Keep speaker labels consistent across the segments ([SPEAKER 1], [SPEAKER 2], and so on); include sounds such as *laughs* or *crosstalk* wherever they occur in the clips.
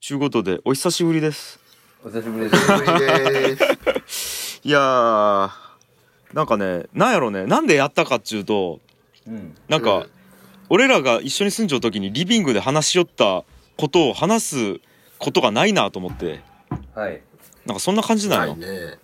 [SPEAKER 1] ちゅうことで、お久しぶりです。
[SPEAKER 2] お久しぶりです。
[SPEAKER 3] 無理です。
[SPEAKER 1] いやー、なんかね、なんやろね、なんでやったかっちゅうと、
[SPEAKER 2] うん。
[SPEAKER 1] なんか、
[SPEAKER 3] うん
[SPEAKER 1] 俺らが一緒に住んじゃう時にリビングで話しよったことを話すことがないなと思って、
[SPEAKER 2] はい。
[SPEAKER 1] なんかそんな感じなんよ。
[SPEAKER 3] ね。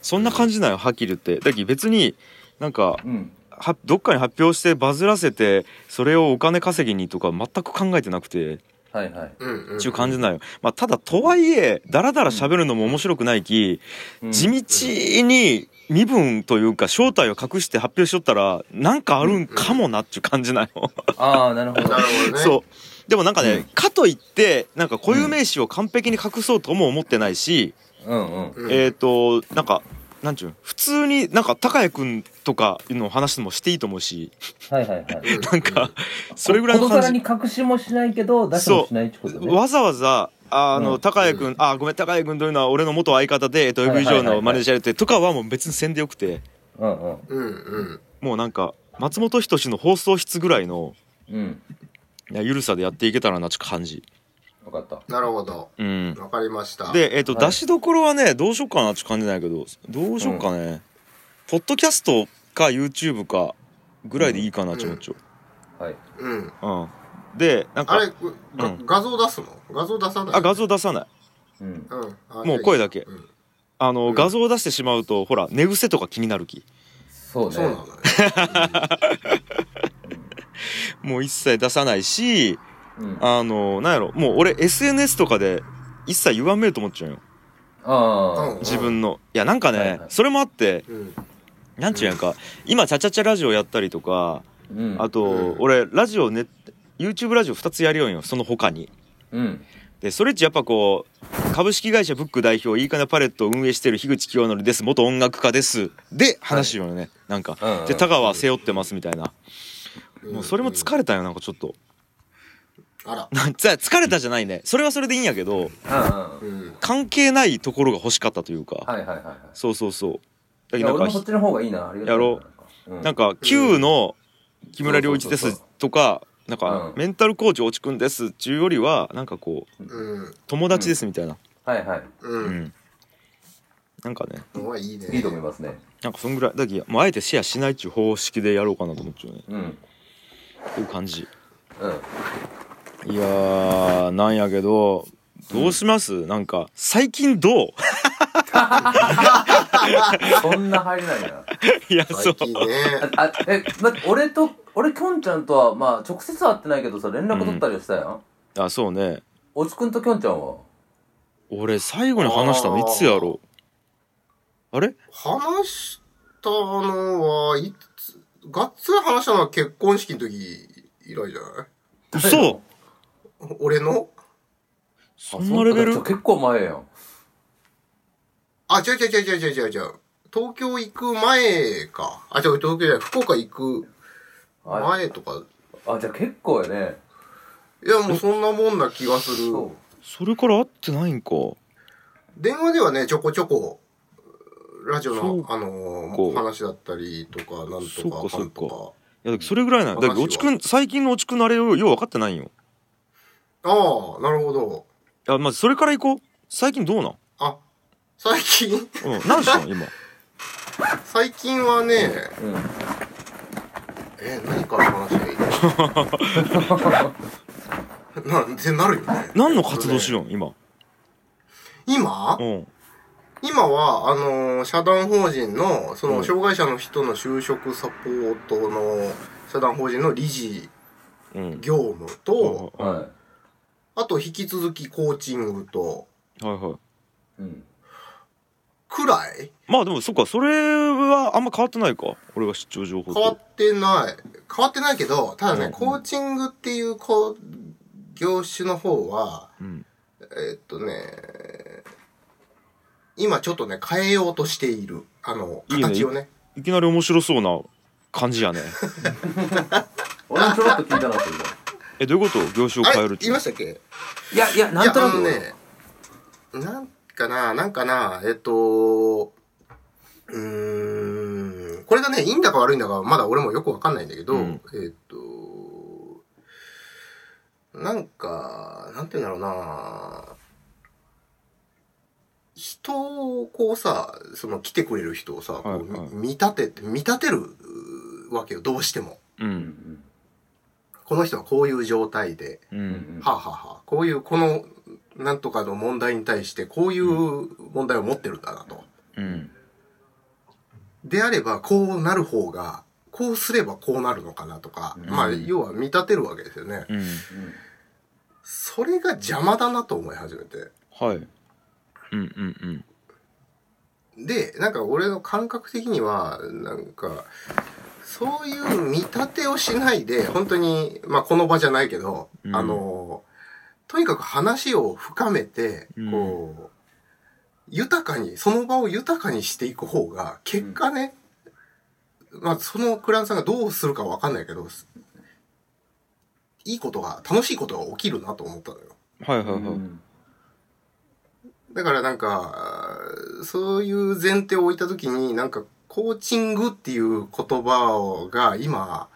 [SPEAKER 1] そんな感じなんよ、はっきり言って。だけど別に、なんか、
[SPEAKER 2] うん。
[SPEAKER 1] はどっかに発表してバズらせてそれをお金稼ぎにとか全く考えてなくて
[SPEAKER 2] はいはい。
[SPEAKER 3] うんうん。
[SPEAKER 1] ちゅう感じなんよ、まあ、ただとはいえだらだら喋るのも面白くないき、
[SPEAKER 2] うん
[SPEAKER 1] 地道に身分というか正体を隠して発表しとったらなんかあるんかもなっちゅう感じなんよ、
[SPEAKER 2] ああ、なるほど
[SPEAKER 3] な。るほどね。
[SPEAKER 1] そうでもなんかね、
[SPEAKER 2] うん
[SPEAKER 1] かといってなんか固有名詞を完璧に隠そうとも思ってないし、
[SPEAKER 2] うんうん。
[SPEAKER 3] うん。
[SPEAKER 1] えっ、ー、となんかなんちゅうの普通になんか高谷君とかの話もしていいと思うし
[SPEAKER 2] はいはいはい。
[SPEAKER 3] うん
[SPEAKER 1] なんかそれぐらいの
[SPEAKER 2] こ
[SPEAKER 1] 感
[SPEAKER 2] こと
[SPEAKER 1] じ
[SPEAKER 2] さらに隠しもしないけど、出しもしないってことね。
[SPEAKER 1] わざわざあの、
[SPEAKER 2] うん
[SPEAKER 1] 高谷君あごめん高谷君というのは俺の元相方で、えっと、
[SPEAKER 2] はいはい
[SPEAKER 1] AV
[SPEAKER 2] はいはい
[SPEAKER 1] 上のマネージャーやってとかはもう別に宣でよくて
[SPEAKER 2] うんうん。
[SPEAKER 3] うんうん。
[SPEAKER 1] もうなんか松本人志の放送室ぐらいの
[SPEAKER 2] うん。
[SPEAKER 1] いやゆるさでやっていけたらなって感じ。
[SPEAKER 2] わかった。
[SPEAKER 3] なるほど。
[SPEAKER 1] うん
[SPEAKER 3] わかりました。、
[SPEAKER 1] で、えっと
[SPEAKER 2] はい
[SPEAKER 1] 出しどころはねどうしようかなって感じなんやけどどうしようかね、ポッドキャストか YouTube かぐらいでいいかなって思っちゃ
[SPEAKER 2] はい。
[SPEAKER 3] うん。
[SPEAKER 1] う、うんでなんか
[SPEAKER 3] あれ、
[SPEAKER 1] あ
[SPEAKER 3] が画像出すの画像出さない
[SPEAKER 1] 画像出さない
[SPEAKER 2] うん。
[SPEAKER 3] うんあ。
[SPEAKER 1] もう声だけ
[SPEAKER 3] うん
[SPEAKER 1] あの、
[SPEAKER 3] うん
[SPEAKER 1] 画像を出してしまうとほら寝癖とか気になるき
[SPEAKER 2] そうね。
[SPEAKER 3] そうなのね。
[SPEAKER 1] もう一切出さないし
[SPEAKER 2] うん。あ
[SPEAKER 1] あの、なんやろ、もう俺 SNS とかで一切言わんめると思っちゃうよ。
[SPEAKER 2] あ
[SPEAKER 3] うん
[SPEAKER 2] ー。
[SPEAKER 1] 自分の。いや、なんかね、
[SPEAKER 2] はいはい
[SPEAKER 1] それもあって、
[SPEAKER 3] うんうん。
[SPEAKER 1] なんちゅうんやんか、今、チャチャチャラジオやったりとか、
[SPEAKER 2] うん。
[SPEAKER 1] あと、
[SPEAKER 3] うん
[SPEAKER 1] 俺、ラジオね、YouTube ラジオ2つやるよんよ、その他に。
[SPEAKER 2] うん。
[SPEAKER 1] で、それっちやっぱこう、株式会社ブック代表、いいかなパレットを運営してる樋口清則です、元音楽家です。で、話しようよね、なんか。
[SPEAKER 2] うんうん
[SPEAKER 1] で、田川背負ってますみたいな。
[SPEAKER 3] うん
[SPEAKER 1] もうそれも疲れたよ、なんかちょっと。
[SPEAKER 3] あら。
[SPEAKER 1] なんつ疲れたじゃないね。それはそれでいいんやけど、
[SPEAKER 2] うんう。
[SPEAKER 3] うんん。
[SPEAKER 1] 関係ないところが欲しかったというか。
[SPEAKER 2] はいはいはいは
[SPEAKER 1] そうそうそう。だ
[SPEAKER 2] い。
[SPEAKER 1] け
[SPEAKER 2] いや、
[SPEAKER 1] どな
[SPEAKER 2] 俺
[SPEAKER 1] ん
[SPEAKER 2] もそっ
[SPEAKER 1] か、
[SPEAKER 2] ちの方がいいな。ありがとう。うん
[SPEAKER 1] なんか Q の木村良一で
[SPEAKER 2] そうそう
[SPEAKER 1] す
[SPEAKER 2] そう
[SPEAKER 1] とか、なんか
[SPEAKER 2] うん
[SPEAKER 1] メンタルコーチ落ちくんですっていうよりは、なんかこう、
[SPEAKER 3] うん。
[SPEAKER 1] 友達ですみたいな。
[SPEAKER 2] はいはい。
[SPEAKER 3] う。
[SPEAKER 1] うんん。なんかね、
[SPEAKER 3] うわ、いいね。
[SPEAKER 2] いいと思いますね。
[SPEAKER 1] なんかそんぐらい、だけど、もうあえてシェアしないっていう方式でやろうかなと思っちゃうね。
[SPEAKER 2] うん。
[SPEAKER 1] っていう感じ。
[SPEAKER 2] うん。
[SPEAKER 1] いやー、なんやけど、どうしますなんか、最近どう *laughs*
[SPEAKER 2] そんな入れないな。
[SPEAKER 1] いや、そう
[SPEAKER 3] 最。近ね。
[SPEAKER 2] あ、え、だって俺と、俺、きょんちゃんとは、まあ、直接会ってないけどさ、連絡取ったりはしたやん。
[SPEAKER 1] あ、そうね。
[SPEAKER 2] おちくんときょんちゃんは
[SPEAKER 1] 俺、最後に話したのいつやろうあれ
[SPEAKER 3] 話したのは、いつ、がっつり話したのは結婚式の時以来じゃない
[SPEAKER 1] 嘘
[SPEAKER 3] 俺の
[SPEAKER 1] そんなレベル
[SPEAKER 2] あそうかじゃあ結構前やん。
[SPEAKER 3] あ、違う違う違う違う違う違う。東京行く前か。あ、違う、東京じゃない、福岡行く
[SPEAKER 2] あ、
[SPEAKER 3] 前とか。
[SPEAKER 2] あじゃあ結構やね。
[SPEAKER 3] いや、もうそんなもんな気がする。
[SPEAKER 2] そ
[SPEAKER 1] それから会ってないんか。
[SPEAKER 3] 電話ではね、ちょこちょこ、ラジオ
[SPEAKER 1] そう
[SPEAKER 3] の、あのー
[SPEAKER 1] か
[SPEAKER 3] 話だったりとか、なん
[SPEAKER 1] そう
[SPEAKER 3] と
[SPEAKER 1] か
[SPEAKER 3] か、
[SPEAKER 1] そうか
[SPEAKER 3] なんと
[SPEAKER 1] いや、だけどそれぐらいなんよだけど、
[SPEAKER 3] 私は
[SPEAKER 1] おちくん、最近のおちくんのあれをよう分かってないんよ。
[SPEAKER 3] か。ああ、なるほど。
[SPEAKER 1] いや、まずそれから行こう。最近どうなん
[SPEAKER 3] あ、最近、 *laughs*
[SPEAKER 1] うん、何したん今。
[SPEAKER 3] 最近はね、
[SPEAKER 2] う。うん。
[SPEAKER 3] え、何から
[SPEAKER 1] *laughs*
[SPEAKER 3] 話がいいのなんてなるよね。
[SPEAKER 1] 何の活動しようん今。
[SPEAKER 3] 今
[SPEAKER 1] うん。
[SPEAKER 3] 今は、あのー社団法人の、そ
[SPEAKER 1] うん
[SPEAKER 3] の、障害者の人の就職サポートの、社団法人の理事
[SPEAKER 1] うん。
[SPEAKER 3] 業務と、
[SPEAKER 1] はい
[SPEAKER 2] は
[SPEAKER 3] あと引き続きコーチングと、
[SPEAKER 1] はいはい。
[SPEAKER 2] い。うん。
[SPEAKER 3] くらい
[SPEAKER 1] まあでも、そっか、それはあんま変わってないか。俺が出張情報
[SPEAKER 3] 変わっ
[SPEAKER 1] と。
[SPEAKER 3] てない。変わってないけど、ただね、
[SPEAKER 1] うん
[SPEAKER 3] コーチングっていう、こう、業種の方は、
[SPEAKER 1] うん。
[SPEAKER 3] えーっとね、今ちょっとね、変えようとしている。あの、
[SPEAKER 1] いいね
[SPEAKER 3] 形をね。
[SPEAKER 1] いきなり面白そうな感じや
[SPEAKER 3] *laughs*
[SPEAKER 1] ね。
[SPEAKER 2] 俺もちょろっと聞いたな、それが。
[SPEAKER 1] え、どういうこと業種を
[SPEAKER 3] あ
[SPEAKER 1] 変え
[SPEAKER 3] れ
[SPEAKER 1] るって
[SPEAKER 3] 言いましたっけ
[SPEAKER 2] いや、いや、なんとなく。
[SPEAKER 3] いやあのね、なんかな、なんかな、えっと、うーん、これがね、いいんだか悪いんだか、まだ俺もよくわかんないんだけど、
[SPEAKER 1] うん
[SPEAKER 3] えっと、なんか、なんて言うんだろうな、人をこうさその来てくれる人をさ、こう
[SPEAKER 1] はいはい
[SPEAKER 3] み見立てて見立てるうわけよどうしても
[SPEAKER 1] う
[SPEAKER 2] うんん
[SPEAKER 3] この人はこういう状態で、
[SPEAKER 1] う
[SPEAKER 2] うんん
[SPEAKER 3] はあ、はあはあ、こういうこのなんとかの問題に対してこういう問題を持ってるんだなと。
[SPEAKER 1] うん
[SPEAKER 3] であればこうなる方がこうすればこうなるのかなとか、
[SPEAKER 2] うん
[SPEAKER 3] まあ要は見立てるわけですよね。
[SPEAKER 1] うん
[SPEAKER 2] うん
[SPEAKER 3] それが邪魔だなと思い始めて。
[SPEAKER 1] はいうんうんうん
[SPEAKER 3] でなんか俺の感覚的にはなんかそういう見立てをしないで本当にまあこの場じゃないけど、
[SPEAKER 1] うん
[SPEAKER 3] あのとにかく話を深めて
[SPEAKER 1] うん
[SPEAKER 3] こう、豊かにその場を豊かにしていく方が結果ね、まあそのクランさんがどうするかわかんないけどいいことが楽しいことが起きるなと思ったのよ。
[SPEAKER 1] はいはいは
[SPEAKER 2] う
[SPEAKER 1] い、
[SPEAKER 2] ん
[SPEAKER 3] だからなんか、そういう前提を置いたときに、なんか、コーチングっていう言葉をが今、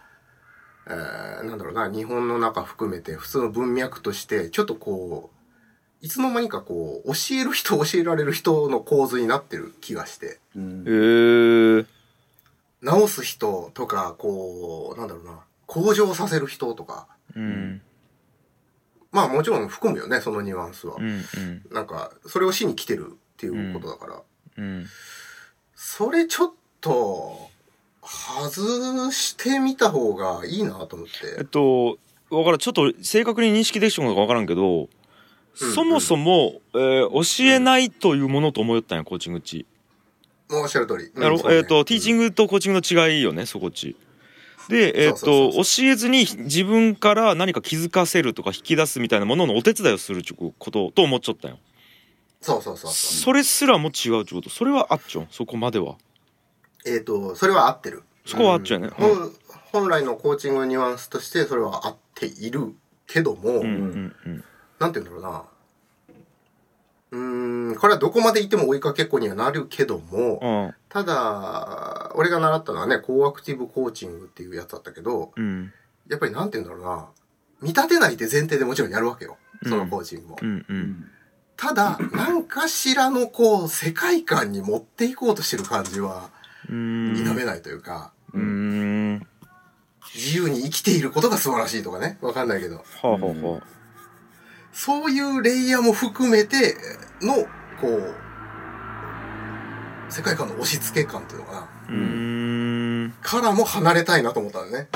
[SPEAKER 3] えーなんだろうな、日本の中含めて、普通の文脈として、ちょっとこう、いつの間にかこう、教える人、教えられる人の構図になってる気がして、
[SPEAKER 2] うん
[SPEAKER 1] えー、
[SPEAKER 3] 直す人とか、こう、なんだろうな、向上させる人とか、
[SPEAKER 1] うん
[SPEAKER 3] まあもちろん含むよね、そのニュアンスは
[SPEAKER 1] う。んうん
[SPEAKER 3] なんか、それをしに来てるっていうことだから。
[SPEAKER 1] うん
[SPEAKER 3] それちょっと、外してみた方がいいなと思っ。
[SPEAKER 1] えってとわからんちょっと正確に認識できたのかわからんけど、そもそも、えー教えないというものと思いよったんやコーチングっち、
[SPEAKER 3] もうおっしゃる通り。
[SPEAKER 1] やろえっ、とティーチン
[SPEAKER 3] グ。
[SPEAKER 1] グとコーチングの違いよねそこっちでえっ、
[SPEAKER 3] そうそ
[SPEAKER 1] と教
[SPEAKER 3] う
[SPEAKER 1] えずに自分から何か気づかせるとか引き出すみたいなもののお手伝いをするちゅうことと思っちゃったんよ
[SPEAKER 3] そうそうそうそ
[SPEAKER 1] それすらも違うちゅうことそれはあっちょんそこまでは
[SPEAKER 3] う。えっ、と、それは合ってる。
[SPEAKER 1] そこはあっちょやね
[SPEAKER 3] うん本本来のコーチングのニュアンスとして、それは合っているけども、
[SPEAKER 1] うんうんうん
[SPEAKER 3] なんて言うんだろうな。うーん、これはどこまで行っても追いかけっこにはなるけども、
[SPEAKER 1] あ
[SPEAKER 3] ただ、俺が習ったのはね、コーアクティブコーチングっていうやつだったけど、
[SPEAKER 1] うん
[SPEAKER 3] やっぱりなんて言うんだろうな。見立てないって前提でもちろんやるわけよ。そのコーチングも。
[SPEAKER 1] うんう
[SPEAKER 2] うんん
[SPEAKER 3] ただ、なんかしらのこう、世界観に持っていこうとしてる感じは
[SPEAKER 1] う
[SPEAKER 3] 否
[SPEAKER 1] ん
[SPEAKER 3] めないというか、
[SPEAKER 1] うーんは
[SPEAKER 3] 自由に生きていることが素晴らしいとかね、わかんないけど、
[SPEAKER 1] あはあはあ
[SPEAKER 3] そういうレイヤーも含めての、こう、世界観の押し付け感というのかな、
[SPEAKER 1] うーん
[SPEAKER 3] からも離れたいなと思ったんだね。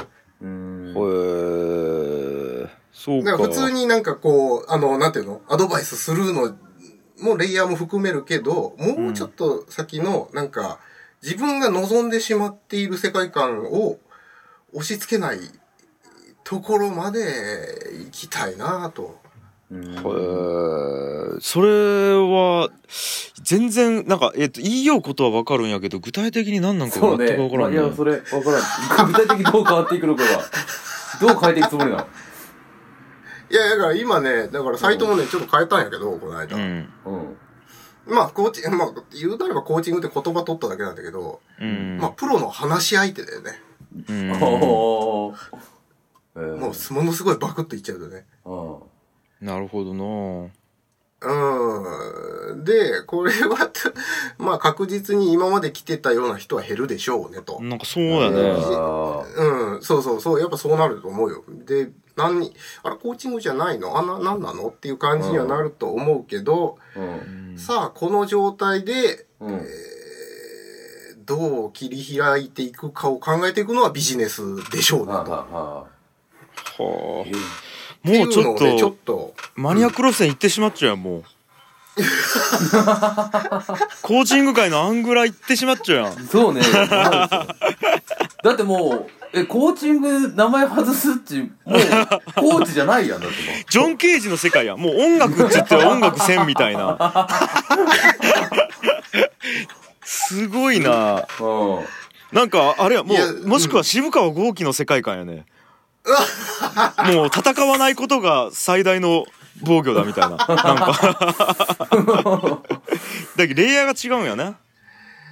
[SPEAKER 2] うん
[SPEAKER 1] へーそう
[SPEAKER 3] だ
[SPEAKER 1] か
[SPEAKER 3] から普通になんかこう、あの、なんていうのアドバイスするのもレイヤーも含めるけど、もうちょっと先の、なんか、自分が望んでしまっている世界観を押し付けないところまで行きたいなと。
[SPEAKER 1] へーそれは全然なんか、えっと言いようことは分かるんやけど具体的に何なんか全
[SPEAKER 2] そう
[SPEAKER 1] く
[SPEAKER 2] ね。
[SPEAKER 1] 分からん
[SPEAKER 2] い
[SPEAKER 1] ね
[SPEAKER 2] や、それ、わからん。具体的にどう変わっていくのかが。どう変えていくつもりなの
[SPEAKER 3] いや、だから今ね、だからサイトもね、ちょっと変えたんやけど、この間。
[SPEAKER 1] うん
[SPEAKER 2] うん。
[SPEAKER 3] まあ、コーチ、まあ、言うなればコーチングって言葉取っただけなんだけど、
[SPEAKER 1] うん
[SPEAKER 3] まあ、プロの話し相手だよね。
[SPEAKER 1] うん
[SPEAKER 2] おーえー
[SPEAKER 3] もう、ものすごいバクッといっちゃうとね。
[SPEAKER 1] なるほどな
[SPEAKER 3] うん。で、これは、 *laughs* まあ確実に今まで来てたような人は減るでしょうねと。
[SPEAKER 1] なんかそう
[SPEAKER 2] うん。
[SPEAKER 1] や
[SPEAKER 2] いや
[SPEAKER 1] ね
[SPEAKER 2] ー
[SPEAKER 3] うん、そうそうそう、やっぱそうなると思うよ。で、何に、あれコーチングじゃないのあな、なんなのっていう感じにはなると思うけど、
[SPEAKER 2] うん。
[SPEAKER 3] さあ、この状態で、
[SPEAKER 2] うん。
[SPEAKER 3] えーどう切り開いていくかを考えていくのはビジネスでしょうね
[SPEAKER 2] はあは
[SPEAKER 3] と。
[SPEAKER 2] あはあ
[SPEAKER 1] は
[SPEAKER 2] え
[SPEAKER 1] あ
[SPEAKER 2] ー
[SPEAKER 1] もうちょ
[SPEAKER 3] っ
[SPEAKER 1] って
[SPEAKER 3] いうのをねちょっ
[SPEAKER 1] と
[SPEAKER 3] と、
[SPEAKER 1] マニアック路線行ってしまっちゃうやん
[SPEAKER 3] *laughs*
[SPEAKER 1] もうコーチング界のあんぐらい行ってしまっちゃうやん
[SPEAKER 2] そうね。 *laughs* そうなんですよだってもう、え、コーチング名前外すっていう、もう、コーチじゃないやん、だってもう。
[SPEAKER 1] ジョン・ケージの世界やんもう音楽っつって音楽せんみたいなすごいな
[SPEAKER 2] うん。
[SPEAKER 1] なんかあれやも
[SPEAKER 3] いや
[SPEAKER 1] うもしくは渋川豪樹の世界観やね、もう戦わないことが最大の防御だみたいななんかだけどレイヤーが違うんやね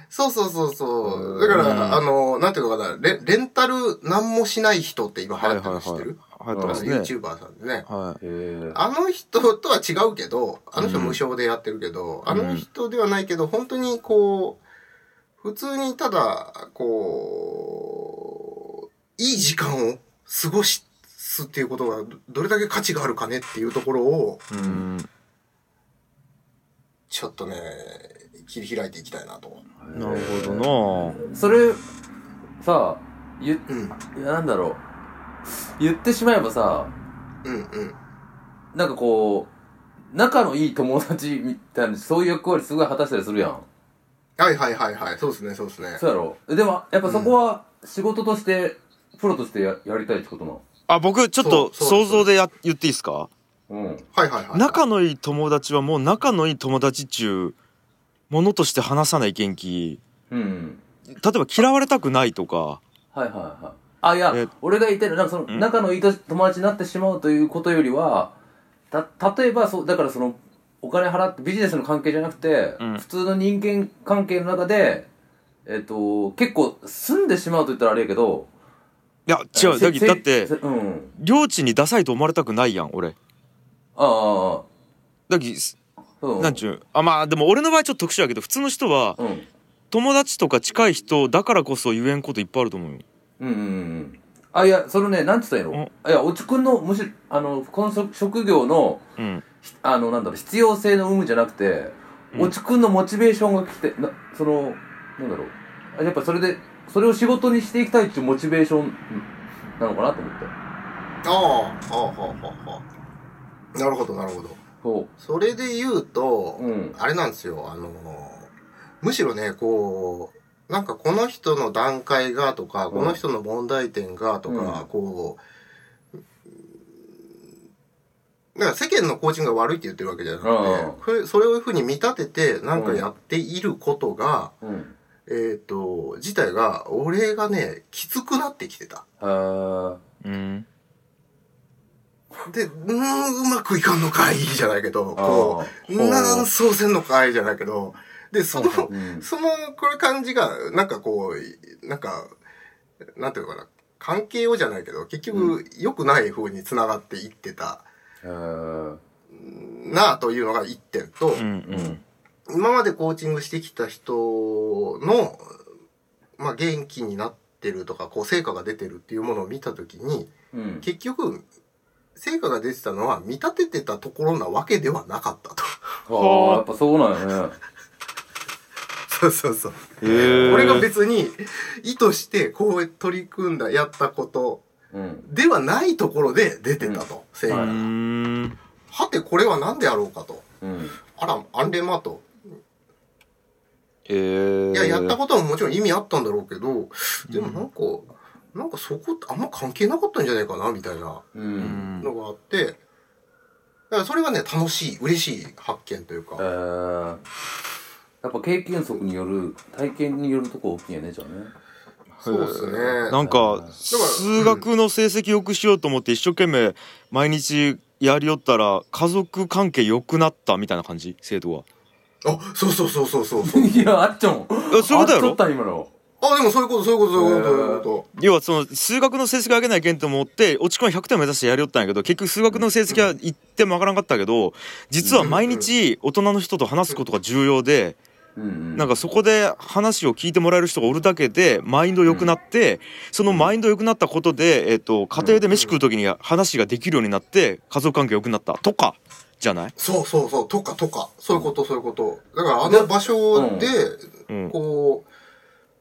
[SPEAKER 3] そうそうそうそうう。
[SPEAKER 2] ん
[SPEAKER 3] だから、あの、なんていうのかな、レレンタル何もしない人って今流行ってるの知ってる、
[SPEAKER 1] は流行って
[SPEAKER 3] あ
[SPEAKER 1] ま
[SPEAKER 3] の
[SPEAKER 1] すね。
[SPEAKER 3] YouTuber さんでね。
[SPEAKER 1] は *laughs*
[SPEAKER 2] へえ
[SPEAKER 3] あの人とは違うけど、あの人
[SPEAKER 1] うん
[SPEAKER 3] 無償でやってるけど、
[SPEAKER 1] ん
[SPEAKER 3] あの人ではないけど、本当にこう、普通にただ、こう、いい時間を過ごし、すっていうことがどどれだけ価値があるかねっていうところを
[SPEAKER 1] い。うん。
[SPEAKER 3] ちょっとね切り開いていきたいなと
[SPEAKER 1] なるほどな。
[SPEAKER 2] それさゆ
[SPEAKER 3] うん
[SPEAKER 2] いやなんだろう言ってしまえばさ
[SPEAKER 3] うんうん
[SPEAKER 2] なんかこう仲のいい友達みたいなそういう役割すごい果たしたりするやん
[SPEAKER 3] はいはいはいはいそうですねそうですね
[SPEAKER 2] そうやろでもやっぱそこは仕事として、プロとしてややりたいってことなの
[SPEAKER 1] あ、僕ちょっと
[SPEAKER 3] そうそう
[SPEAKER 1] 想像でや言っていいですか？
[SPEAKER 2] うん
[SPEAKER 3] はいはいはい
[SPEAKER 1] 仲のいい友達はもう仲のいい友達中ものとして話さない元気。
[SPEAKER 2] うん
[SPEAKER 1] 例えば嫌われたくないとか。
[SPEAKER 2] はいはいはいあいや
[SPEAKER 1] え
[SPEAKER 2] 俺が言いたいのはなんかその、
[SPEAKER 1] うん
[SPEAKER 2] 仲のいいと友達になってしまうということよりはた例えばそうだからそのお金払ってビジネスの関係じゃなくて、
[SPEAKER 1] うん
[SPEAKER 2] 普通の人間関係の中でえっ、と結構住んでしまうと言ったらあれやけど
[SPEAKER 1] いや違う
[SPEAKER 2] せ
[SPEAKER 1] だけだっ
[SPEAKER 2] せ
[SPEAKER 1] て
[SPEAKER 2] うん
[SPEAKER 1] 領地にダサいと思われたくないやん俺。
[SPEAKER 2] あああ
[SPEAKER 1] だけ
[SPEAKER 2] あうん
[SPEAKER 1] なんちゅうあまあでも俺の場合ちょっと特殊やけど普通の人は
[SPEAKER 2] うんうん
[SPEAKER 1] 友達とか近い人だからこそ言えんこといっぱいあると思うよ。
[SPEAKER 2] うんうんうんあいやそれねなんつったんやろ、
[SPEAKER 1] うん
[SPEAKER 2] あいやおちくんのむしろあのこの職職業の
[SPEAKER 1] うん。
[SPEAKER 2] ひあのなんだろう必要性の有無じゃなくて、
[SPEAKER 1] うん
[SPEAKER 2] おちくんのモチベーションが来てなそのなんだろうあやっぱそれでそれを仕事にしていきたいっていうモチベーションなのかなと思って
[SPEAKER 3] ああああああああなるほどなるほど
[SPEAKER 2] そ
[SPEAKER 3] それで言うと、
[SPEAKER 2] ううん
[SPEAKER 3] あれなんですよ、あのむしろね、こう、なんかこの人の段階がとか、
[SPEAKER 2] ん
[SPEAKER 3] この人の問題点がとか、
[SPEAKER 2] うん
[SPEAKER 3] こう、だから世間のコーチングが悪いって言ってるわけじゃな
[SPEAKER 2] うん
[SPEAKER 3] くて、これそういうふうに見立ててなんかやっていることが、
[SPEAKER 2] うん
[SPEAKER 3] えっ、と、自体が、俺がね、きつくなってきてた。
[SPEAKER 2] へー
[SPEAKER 1] うん。
[SPEAKER 3] で、うーん、うまくいかんのかいじゃないけど、こ
[SPEAKER 2] あ
[SPEAKER 3] う、うーん、そうせんのかいじゃないけど、で、その、
[SPEAKER 2] ーうん
[SPEAKER 3] その、これ感じが、なんかこう、なんか、なんていうのかな、関係をじゃないけど、結局、良くない風に繋がっていってた
[SPEAKER 2] へー
[SPEAKER 3] なあというのが一点と、
[SPEAKER 1] うんうん。
[SPEAKER 3] 今までコーチングしてきた人の、まあ、元気になってるとか、こう、成果が出てるっていうものを見たときに、
[SPEAKER 2] うん
[SPEAKER 3] 結局、成果が出てたのは、見立ててたところなわけではなかったと。 *laughs*
[SPEAKER 2] はあやっぱそうなんやね
[SPEAKER 3] そうそうそう。
[SPEAKER 1] へえ。
[SPEAKER 3] 俺が別に、意図して、こう取り組んだ、やったこと、
[SPEAKER 2] うん
[SPEAKER 3] ではないところで出てたと、成
[SPEAKER 1] う
[SPEAKER 3] 果が
[SPEAKER 1] ーん。
[SPEAKER 3] はて、これは何であろうかと。
[SPEAKER 2] うん
[SPEAKER 3] あら、アンレマと。
[SPEAKER 1] えー、
[SPEAKER 3] いや、やったことももちろん意味あったんだろうけど、でもなんか、なんかそこってあんま関係なかったんじゃないかな、みたいな
[SPEAKER 2] う
[SPEAKER 1] うんん
[SPEAKER 3] のがあって、だからそれがね、楽しい、嬉しい発見という
[SPEAKER 2] へ
[SPEAKER 3] か、
[SPEAKER 2] ーやっぱ経験則による体験によるとこ大きいよねじゃあね
[SPEAKER 3] そうですね。
[SPEAKER 1] なんか数学の成績良くしようと思って一生懸命毎日やりよったら家族関係良くなったみたいな感じ生徒は
[SPEAKER 3] あ、そうそうそうそうそ
[SPEAKER 1] *laughs*
[SPEAKER 3] うそ
[SPEAKER 2] *laughs*
[SPEAKER 3] う。
[SPEAKER 2] いやあっちゃん
[SPEAKER 1] えそういうことや
[SPEAKER 2] あっちゃっ
[SPEAKER 1] ろ
[SPEAKER 2] た今の
[SPEAKER 3] あ、でもそういうこと、そういうこと、そういうこと、そういうこと。
[SPEAKER 1] 要はその数学の成績上げないけんと思って落ち込み100点目指してやりよったんやけど結局数学の成績は一点も上がらんかったけど実は毎日大人の人と話すことが重要で
[SPEAKER 2] うんうん
[SPEAKER 1] なんかそこで話を聞いてもらえる人がおるだけでマインド良くなって、そのマインド良くなったことで、えっと家庭で飯食う時に話ができるようになって家族関係良くなったとかじゃない、
[SPEAKER 3] そうそうそう、とかとか、そういうこと、そういうこと。だからあの場所で、
[SPEAKER 1] うん、
[SPEAKER 3] こう、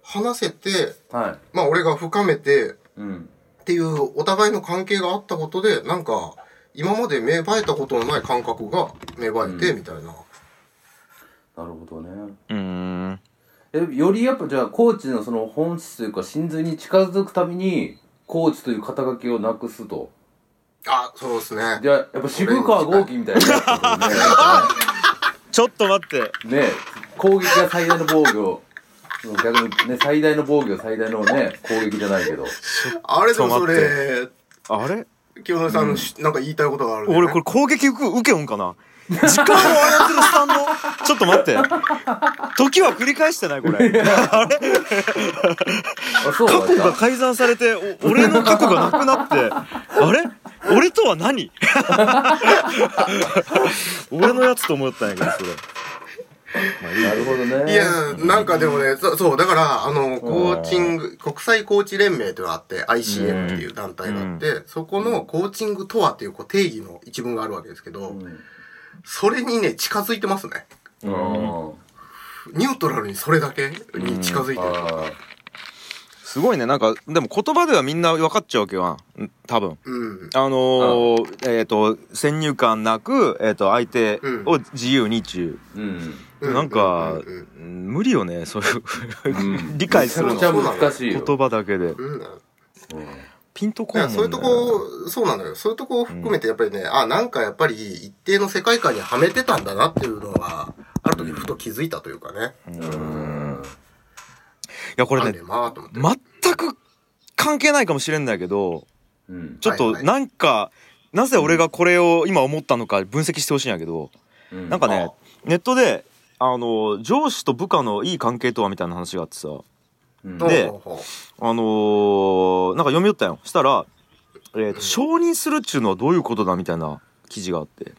[SPEAKER 3] 話せて、
[SPEAKER 2] はい
[SPEAKER 3] まあ俺が深めて
[SPEAKER 2] うん
[SPEAKER 3] っていうお互いの関係があったことで、なんか、今まで芽生えたことのない感覚が芽生えて、みたいな。
[SPEAKER 2] なるほどね
[SPEAKER 1] うーん
[SPEAKER 2] えよりやっぱじゃあコーチのその本質というか真髄に近づくためにコーチという肩書きをなくすと
[SPEAKER 3] あ、そうですね。
[SPEAKER 2] じゃあやっぱ渋川豪樹みたいなね
[SPEAKER 1] ちょっと待って *laughs*
[SPEAKER 2] ね攻撃が最大の防御逆にね最大の防御最大のね攻撃じゃないけど
[SPEAKER 3] あれでもそ
[SPEAKER 1] ちょっ
[SPEAKER 3] れ、
[SPEAKER 1] あれ
[SPEAKER 3] 清野さんのし、なんか言いたいことがある、ね。
[SPEAKER 1] 俺これ攻撃受け受けよんかな時間を操るスタンドちょっと待って時は繰り返してないこ *laughs* れ
[SPEAKER 2] あそう
[SPEAKER 1] 過去
[SPEAKER 2] だ
[SPEAKER 1] が *laughs*
[SPEAKER 2] っ
[SPEAKER 1] 改ざんされてお俺の過去がなくなってあれ俺とは *laughs* 何俺のやつと思ったんやけどそれまあいい
[SPEAKER 2] な
[SPEAKER 1] や
[SPEAKER 2] るほどね。
[SPEAKER 3] いや、なんかでもね、そそう、だから、あの、コーチング、国際コーチ連盟というのがあって、ICM っていう団体があって、そこのコーチングとはっていうこう定義の一文があるわけですけど、それにね、近づいてますね。
[SPEAKER 2] うん。うん。
[SPEAKER 3] ニュートラルにそれだけに近づいてる。
[SPEAKER 2] あ
[SPEAKER 1] すごいねなんかでも言葉ではみんな分かっちゃうわけは多分
[SPEAKER 3] うん。
[SPEAKER 1] あのーえっ、と先入観なく、えー、と相手を自由にちゅ
[SPEAKER 2] ーうん。
[SPEAKER 1] う、
[SPEAKER 3] うん
[SPEAKER 1] なんか、
[SPEAKER 3] うんうん
[SPEAKER 1] うん無理よねそういう
[SPEAKER 2] うん
[SPEAKER 1] 理解するの
[SPEAKER 2] めちゃくちゃ難しいよ。
[SPEAKER 1] 言葉だけで
[SPEAKER 3] うん。だか
[SPEAKER 2] うん
[SPEAKER 1] ピンとこんも
[SPEAKER 3] ら
[SPEAKER 1] ん、ね、
[SPEAKER 3] そういうとこ、そうなのよ。そういうとこを含めて、やっぱりね、あ、なんかやっぱり一定の世界観にはめてたんだなっていうのは、ある時ふと気づいたというかね。
[SPEAKER 2] うん。
[SPEAKER 1] いやこ
[SPEAKER 3] こ
[SPEAKER 1] れ
[SPEAKER 3] れ
[SPEAKER 1] ね
[SPEAKER 3] ね、まあ、と思って。
[SPEAKER 1] 全く関係ないかもしれんだけど
[SPEAKER 2] うん。
[SPEAKER 1] ちょっと
[SPEAKER 3] はいはい
[SPEAKER 1] なんか、なぜ俺がこれを今思ったのか分析してほしいんやけど、
[SPEAKER 2] うん
[SPEAKER 1] なんかね、ネットであの上司と部下のいい関係とはみたいな話があってさ
[SPEAKER 2] うん
[SPEAKER 1] で
[SPEAKER 3] ほうほうほ
[SPEAKER 1] あのー、なんか読み寄ったよしたら、えー
[SPEAKER 3] う
[SPEAKER 1] と
[SPEAKER 3] ん
[SPEAKER 1] 承認するっちゅうのはどういうことだみたいな記事があって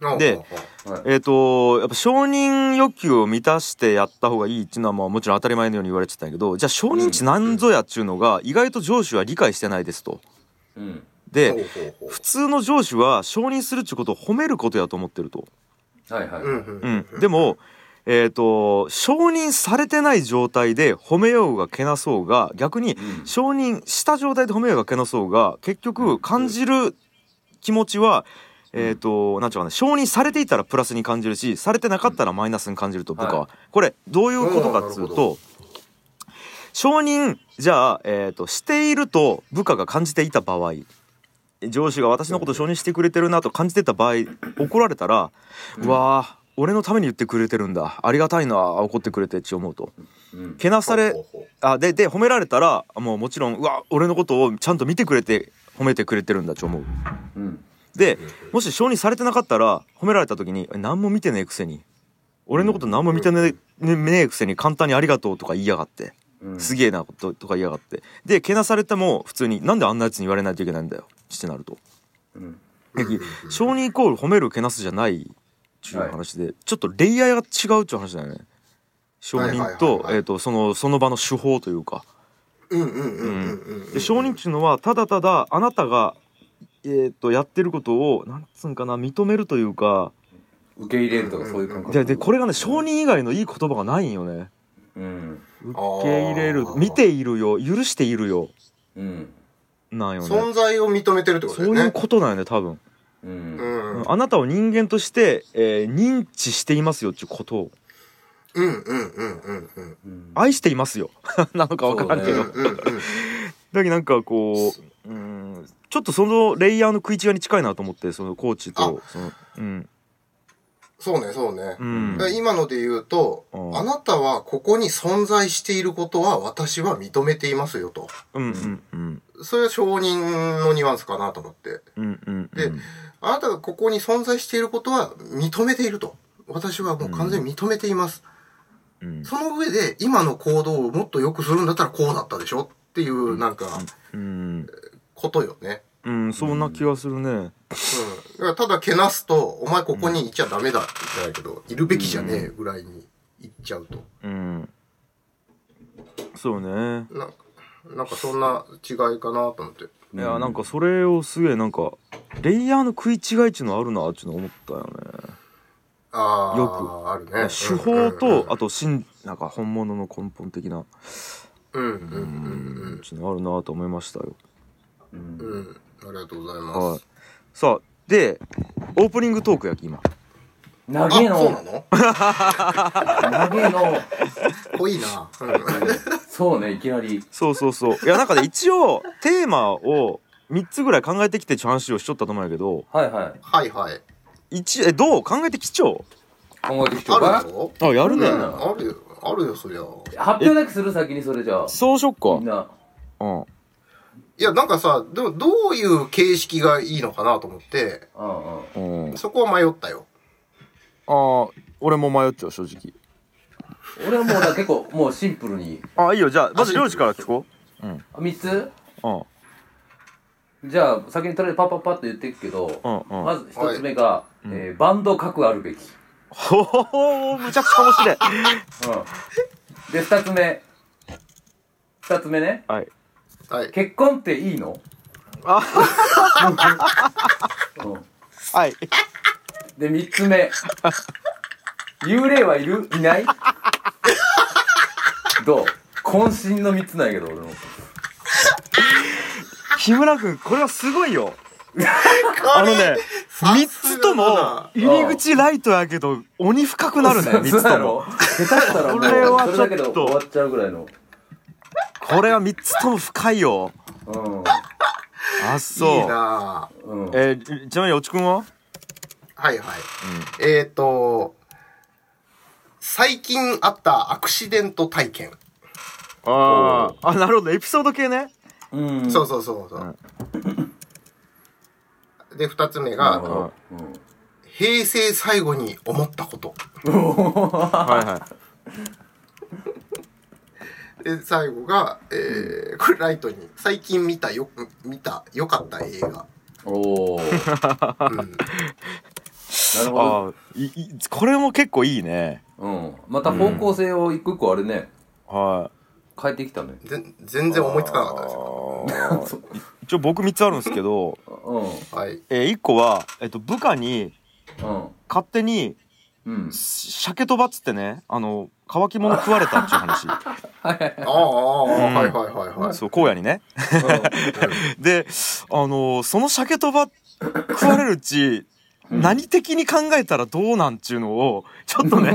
[SPEAKER 3] う
[SPEAKER 1] で
[SPEAKER 3] ほうほうほう
[SPEAKER 2] はい
[SPEAKER 1] えっ、とやっぱ承認欲求を満たしてやった方がいいっていうのはまあもちろん当たり前のように言われてたんやけどじゃあ承認値なんぞやっちゅうのが意外と上司は理解してないですと。
[SPEAKER 2] うん。
[SPEAKER 1] で、
[SPEAKER 3] ほうほうほう
[SPEAKER 1] 普通の上司は承認するっちゅうことを褒めることやと思ってると。
[SPEAKER 2] はいはい。
[SPEAKER 3] うん
[SPEAKER 2] う
[SPEAKER 3] う
[SPEAKER 2] ん
[SPEAKER 1] うん
[SPEAKER 3] ん、
[SPEAKER 1] でも、えっ、と、承認されてない状態で褒めようがけなそうが、逆に承認した状態で褒めようがけなそうが、結局感じる気持ちは、えっ、と、なんちゅうかね、承認されていたらプラスに感じるし、されてなかったらマイナスに感じると、僕は。
[SPEAKER 2] は
[SPEAKER 1] これ、どういうことかっつ
[SPEAKER 3] うんなる
[SPEAKER 1] う
[SPEAKER 3] ほ
[SPEAKER 1] と、承認、じゃあ、えっ、と、していると部下が感じていた場合、上司が私のこと承認してくれてるなと感じてた場合怒られたら「うわー俺のために言ってくれてるんだありがたいな怒ってくれて」って思うと
[SPEAKER 2] うん。
[SPEAKER 1] けなされ
[SPEAKER 3] ほうほうほう
[SPEAKER 1] あでで褒められたらもうもちろん「うわ俺のことをちゃんと見てくれて褒めてくれてるんだ」って思う。
[SPEAKER 2] うん。
[SPEAKER 1] でもし承認されてなかったら褒められた時に「え何も見てねえくせに俺のこと何も見てねねねえくせに簡単にありがとう」とか言いやがって
[SPEAKER 2] うん。
[SPEAKER 1] すげえなこととか言いやがってでけなされても普通に「なんであんなやつに言われないといけないんだよ」ってなると。
[SPEAKER 2] うん。
[SPEAKER 1] 承認イコール褒めるけなすじゃないっていう話で、ちょっとレイヤーが違うっていう話だよね承認
[SPEAKER 3] はいはい
[SPEAKER 1] と,、
[SPEAKER 3] はいはい
[SPEAKER 1] えー、とそのその場の手法というか
[SPEAKER 3] うんうんうんうんうんうん
[SPEAKER 1] で承認っていうのはただただあなたが、えー、とやってることをなんつうんかな認めるというか
[SPEAKER 2] 受け入れるとかそういう感覚。
[SPEAKER 1] ででこれがね承認以外のいい言葉がないんよね
[SPEAKER 2] うん。
[SPEAKER 1] 受け入れる
[SPEAKER 3] あー
[SPEAKER 1] 見ているよ許しているよ
[SPEAKER 2] うん。
[SPEAKER 1] なんよね
[SPEAKER 3] 存在を認めてるってこと
[SPEAKER 1] そ
[SPEAKER 3] だよ
[SPEAKER 1] う
[SPEAKER 3] ね
[SPEAKER 1] いうことなんよね多分、
[SPEAKER 2] う。
[SPEAKER 3] うんんうん
[SPEAKER 1] あなたを人間として、えー認知していますよっていうことを
[SPEAKER 3] うんうんうんうん
[SPEAKER 2] うん
[SPEAKER 1] 愛していますよ *laughs* なのか分からんけ
[SPEAKER 3] う
[SPEAKER 1] ど、
[SPEAKER 3] んうんうん
[SPEAKER 1] だけどなんかこううんちょっとそのレイヤーの食い違いに近いなと思ってそのコーチとそのうん
[SPEAKER 3] そうねそう
[SPEAKER 1] う
[SPEAKER 3] ねだ
[SPEAKER 1] ん
[SPEAKER 3] から今ので言うと
[SPEAKER 1] うん
[SPEAKER 3] あなたはここに存在していることは私は認めていますよと
[SPEAKER 1] うんうんうん
[SPEAKER 3] それは承認のニュアンスかなと思って
[SPEAKER 1] うんうんう
[SPEAKER 3] で
[SPEAKER 1] ん
[SPEAKER 3] あなたがここに存在していることは認めていると私はもう完全に認めています
[SPEAKER 1] うん
[SPEAKER 3] その上で、今の行動をもっと良くするんだったらこうだったでしょっていう、なんか、
[SPEAKER 1] うん
[SPEAKER 3] ことよね。
[SPEAKER 1] うんそんな気がするね
[SPEAKER 3] うん。だからただ、けなすと、お前ここにいちゃダメだって言ってないけど、いるべきじゃねえぐらいに言っちゃうと。
[SPEAKER 1] うんそうね
[SPEAKER 3] なんか、なんかそんな違いかなと思って。
[SPEAKER 1] いやなんかそれをすげえなんかレイヤーの食い違いっちゅうのあるなっちゅうの思ったよ
[SPEAKER 3] ああ、
[SPEAKER 1] よ
[SPEAKER 3] あるね。
[SPEAKER 1] ね手法
[SPEAKER 3] うんうん
[SPEAKER 1] とあと真なんか本物の根本的な
[SPEAKER 3] うんうん
[SPEAKER 1] うんっちゅうのあるなと思いましたよ
[SPEAKER 2] う
[SPEAKER 3] うん
[SPEAKER 2] ん。
[SPEAKER 3] うん。うん。ありがとうございま
[SPEAKER 1] はい
[SPEAKER 3] す。。
[SPEAKER 1] さあ、で、オープニングトークやき、今。
[SPEAKER 2] 長え
[SPEAKER 3] あ、そうな
[SPEAKER 2] の。
[SPEAKER 3] の
[SPEAKER 2] 長えの。
[SPEAKER 3] 濃いな。うん
[SPEAKER 2] そうね、いきなり。
[SPEAKER 1] そうそうそう。 *laughs* いや、なんかね、一応、テーマを3つぐらい考えてきて、話をしとったと思うんやけど、
[SPEAKER 2] はいはい。
[SPEAKER 3] はいはい。
[SPEAKER 1] 一、え、どう考えてきちょ
[SPEAKER 2] 考えてきてる
[SPEAKER 3] あるよ。
[SPEAKER 1] うあ、やる
[SPEAKER 3] うん
[SPEAKER 1] ね。
[SPEAKER 3] あるよ。あるよ、そりゃ。
[SPEAKER 2] 発表だけする先にそれじゃあ。
[SPEAKER 1] そうしよっか。う
[SPEAKER 2] みんな。
[SPEAKER 1] ん。
[SPEAKER 3] いや、なんかさ、でもどういう形式がいいのかなと思って、
[SPEAKER 2] うんうん。
[SPEAKER 1] うん。あ
[SPEAKER 3] そこは迷ったよ。
[SPEAKER 1] あ、俺も迷っちゃう、正直。
[SPEAKER 2] 俺はもうだ結構もうシンプルに
[SPEAKER 1] あ、いいよ。じゃあ、まず、りょうじから聞こ
[SPEAKER 2] あ三つ
[SPEAKER 1] う。うん。
[SPEAKER 2] じゃあ先にとりあえずパッパッパッと言っていくけど、
[SPEAKER 1] うんうん
[SPEAKER 2] まず一つ目が、えーバンド核あるべき、
[SPEAKER 1] ほほほむちゃくちゃ面白い
[SPEAKER 2] うん、で二つ目二つ目ね
[SPEAKER 1] はい
[SPEAKER 3] はい。
[SPEAKER 2] 結婚っていいのうん
[SPEAKER 1] はい
[SPEAKER 2] で三つ目幽霊はいるいないどう渾身の三つなんやけど俺も
[SPEAKER 1] 木村君これはすごいよあのね3つとも入り口ライトやけど鬼深くなるね3
[SPEAKER 2] そう
[SPEAKER 1] つ
[SPEAKER 2] や
[SPEAKER 1] と
[SPEAKER 2] ろ
[SPEAKER 1] も
[SPEAKER 2] 下手したらもう
[SPEAKER 1] これは
[SPEAKER 2] それだけで
[SPEAKER 1] ちょっ
[SPEAKER 2] 終
[SPEAKER 1] と
[SPEAKER 2] わっちゃうぐらいの
[SPEAKER 1] これは3つとも深いよあそう
[SPEAKER 3] いいなぁ
[SPEAKER 2] うん、うん、
[SPEAKER 1] えーちなみにおちくんは
[SPEAKER 3] はいはい。えっ、ー、と、最近あったアクシデント体験。
[SPEAKER 1] あーあなるほどエピソード系ね
[SPEAKER 2] うん
[SPEAKER 3] そうそうそうそう。で、二つ目
[SPEAKER 2] なる
[SPEAKER 3] が
[SPEAKER 2] ほ、どうん
[SPEAKER 3] 平成最後に思ったこと。
[SPEAKER 1] はいはい
[SPEAKER 3] で、最後が、えー、これライトに、最近見たよ、見た、良かった映画。
[SPEAKER 2] おおな
[SPEAKER 3] うん。
[SPEAKER 2] るほど、
[SPEAKER 1] あーいいこれも結構いいね
[SPEAKER 2] うん、また方向性を一個一個あれね
[SPEAKER 1] は
[SPEAKER 2] 変えてきたね
[SPEAKER 3] ぜ全然思いつかなかったです
[SPEAKER 1] い
[SPEAKER 3] よ。
[SPEAKER 1] あー *laughs* 一応僕3つあるんですけど、
[SPEAKER 2] うん
[SPEAKER 3] はい。
[SPEAKER 1] え1個は、えっと、部下に
[SPEAKER 2] うん
[SPEAKER 1] 勝手に
[SPEAKER 2] うん
[SPEAKER 1] 鮭とばっつってねあの乾き物食われたっていう話
[SPEAKER 3] ああ、ああ、
[SPEAKER 1] ん
[SPEAKER 3] はいはいはいはい。
[SPEAKER 1] そう荒野にねであのーその鮭とば食われるうち何的に考えたらどうなんちゅうのをちょっとね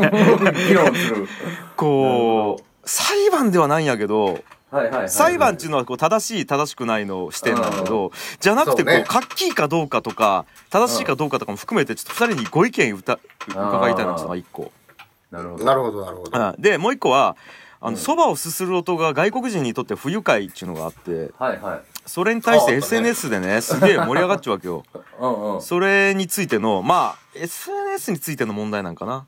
[SPEAKER 2] 議論する
[SPEAKER 1] こう裁判ではないんやけど
[SPEAKER 2] はいはいはい、はい、
[SPEAKER 1] 裁判っていうのはこう正しい正しくないの視点なんだけどじゃなくてこ
[SPEAKER 3] そうね
[SPEAKER 1] うかっきいかどうかとか正しいかどうかとかも含めてちょっと2人にご意見うた伺いたいなっていうのが1個。
[SPEAKER 2] なるほど
[SPEAKER 3] なるほど、なるほど。
[SPEAKER 1] うんでもう1個はあ
[SPEAKER 2] うん
[SPEAKER 1] のそば、をすする音が外国人にとって不愉快っていうのがあって
[SPEAKER 2] はいはい
[SPEAKER 1] それに対して
[SPEAKER 3] ああったね
[SPEAKER 1] SNS でねすげえ盛り上がっちゃうわけよ。
[SPEAKER 2] うんうんああ
[SPEAKER 1] それについてのまあ SNS についての問題なんかな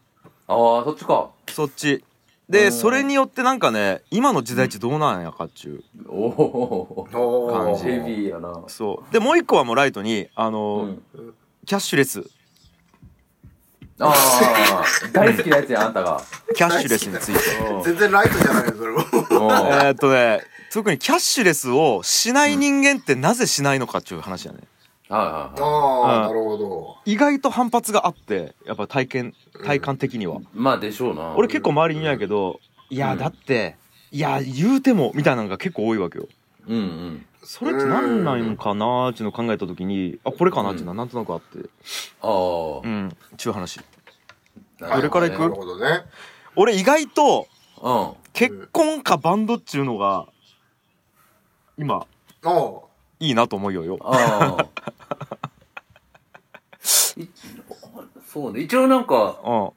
[SPEAKER 2] そっちか
[SPEAKER 1] そっち
[SPEAKER 2] うん
[SPEAKER 1] でそれによってなんかね今の時代値どうなんやかっちゅう
[SPEAKER 2] おお
[SPEAKER 3] おー
[SPEAKER 1] 感じ
[SPEAKER 2] ヘビーやな
[SPEAKER 1] そうでもう一個はもうライトにあ
[SPEAKER 2] う
[SPEAKER 1] の、
[SPEAKER 2] ん
[SPEAKER 1] キャッシュレス
[SPEAKER 2] ああ大好きなやつやあんたが
[SPEAKER 1] キャッシュレスについ
[SPEAKER 2] *laughs*
[SPEAKER 1] て
[SPEAKER 2] うん
[SPEAKER 3] 全然ライトじゃないよ、そ
[SPEAKER 1] *laughs*
[SPEAKER 3] れ
[SPEAKER 1] え
[SPEAKER 2] う
[SPEAKER 3] も。
[SPEAKER 2] ん
[SPEAKER 1] ーっとね特にキャッシュレスをしない人間ってなぜしないのかっちゅう話やね
[SPEAKER 2] はいはいはい。
[SPEAKER 3] あ
[SPEAKER 1] うん
[SPEAKER 3] あ、なるほど。
[SPEAKER 1] 意外と反発があってやっぱ体験体感的には、
[SPEAKER 2] まあでしょうな。
[SPEAKER 1] 俺結構周りにいないけど、いやだっていや言うてもみたいなのが結構多いわけよ
[SPEAKER 2] うんうん。
[SPEAKER 1] それって何なんかなーっていうのを考えた時にあこれかなっていうのはなんとなくあって
[SPEAKER 2] ああ
[SPEAKER 1] う。んちゅう話
[SPEAKER 2] なるほどね
[SPEAKER 1] どれから行
[SPEAKER 3] な
[SPEAKER 1] く
[SPEAKER 3] るほどね。
[SPEAKER 1] 俺意外と
[SPEAKER 2] うん。
[SPEAKER 1] 結婚かバンドっちゅうのが今
[SPEAKER 3] お
[SPEAKER 1] いいなと思うよよ
[SPEAKER 2] ああ。い *laughs* そうね。一応なんか、
[SPEAKER 1] う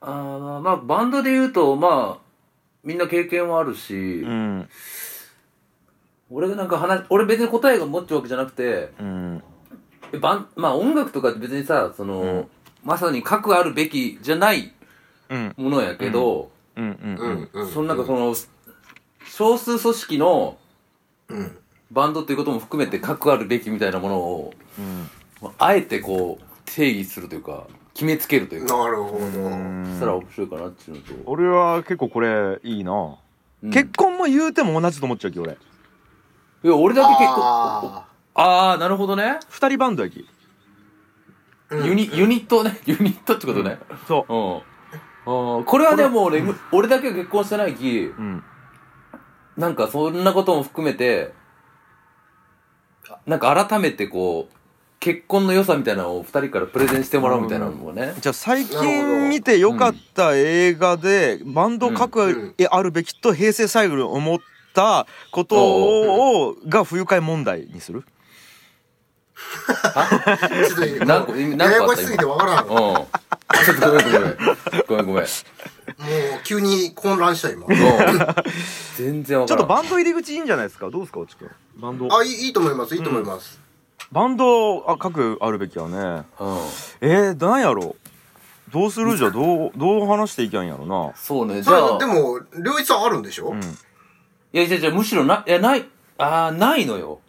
[SPEAKER 2] あーまあバンドで言うと、まあ、みんな経験はあるし、
[SPEAKER 1] んうん
[SPEAKER 2] 俺がなんか話、俺別に答えが持ってるわけじゃなくて、
[SPEAKER 1] うん
[SPEAKER 2] えバンまあ音楽とかって別にさ、その、
[SPEAKER 1] うん
[SPEAKER 2] まさに核あるべきじゃない
[SPEAKER 1] うん
[SPEAKER 2] ものやけど、
[SPEAKER 1] うんうん
[SPEAKER 3] う
[SPEAKER 1] うんん、
[SPEAKER 3] うん。
[SPEAKER 2] そのなんかその、少数組織の
[SPEAKER 3] うん。
[SPEAKER 2] バンドっていうことも含めて核あるべきみたいなものを、
[SPEAKER 1] うん
[SPEAKER 2] まああえてこう、定義するというか、決めつけるというか、
[SPEAKER 3] なるほど。
[SPEAKER 2] したら面白いかなっていうのと。
[SPEAKER 1] 俺は結構これいいな、
[SPEAKER 2] うん
[SPEAKER 1] 結婚も言うても同じと思っちゃうけ俺
[SPEAKER 2] いや、俺だけ結構、
[SPEAKER 3] あ
[SPEAKER 2] あー、なるほどね。
[SPEAKER 1] 二人バンドやき
[SPEAKER 3] うん
[SPEAKER 2] ユニ、ユニットね。 *laughs* ユニットってことね。
[SPEAKER 1] そ
[SPEAKER 2] うん。あーこれはでも俺、俺だけが結婚してないき、
[SPEAKER 1] ううん
[SPEAKER 2] なんかそんなことも含めて、なんか改めてこう、結婚の良さみたいなのを二人からプレゼンしてもらうみたいなのもね。
[SPEAKER 1] じゃあ最
[SPEAKER 3] なるほど
[SPEAKER 1] 近見てよかった映画でバンド
[SPEAKER 3] うん
[SPEAKER 1] 各えあるべきと平成最後に思ったことををが不愉快問題にする
[SPEAKER 3] あ。ちょっと、
[SPEAKER 2] 何個何個あった
[SPEAKER 3] ややこしすぎてわからん。
[SPEAKER 2] うん。
[SPEAKER 3] もう
[SPEAKER 2] ちょっとごめんごめん。ごめんごめん。
[SPEAKER 3] 急に混乱した、今。
[SPEAKER 2] うん。全然わ
[SPEAKER 1] ち
[SPEAKER 2] か
[SPEAKER 1] ょっ
[SPEAKER 2] ら
[SPEAKER 1] とバ
[SPEAKER 2] ん。
[SPEAKER 1] ンド入り口いいんじゃないですかどうですかおちくんバンド
[SPEAKER 3] あ、いいいいと思います、いいと思います。
[SPEAKER 1] バンドあ各あるべきやね
[SPEAKER 2] うん。
[SPEAKER 1] えー、なんやろうどうするじゃどうどう話していきゃいいんやろな
[SPEAKER 2] そうね。じ
[SPEAKER 3] そ
[SPEAKER 2] ゃ
[SPEAKER 3] れ
[SPEAKER 2] あ
[SPEAKER 3] で、も、りょういちさんあるんでしょ
[SPEAKER 1] うん
[SPEAKER 2] いやいやいや、むしろな、いや、ない、あー、ないのよ。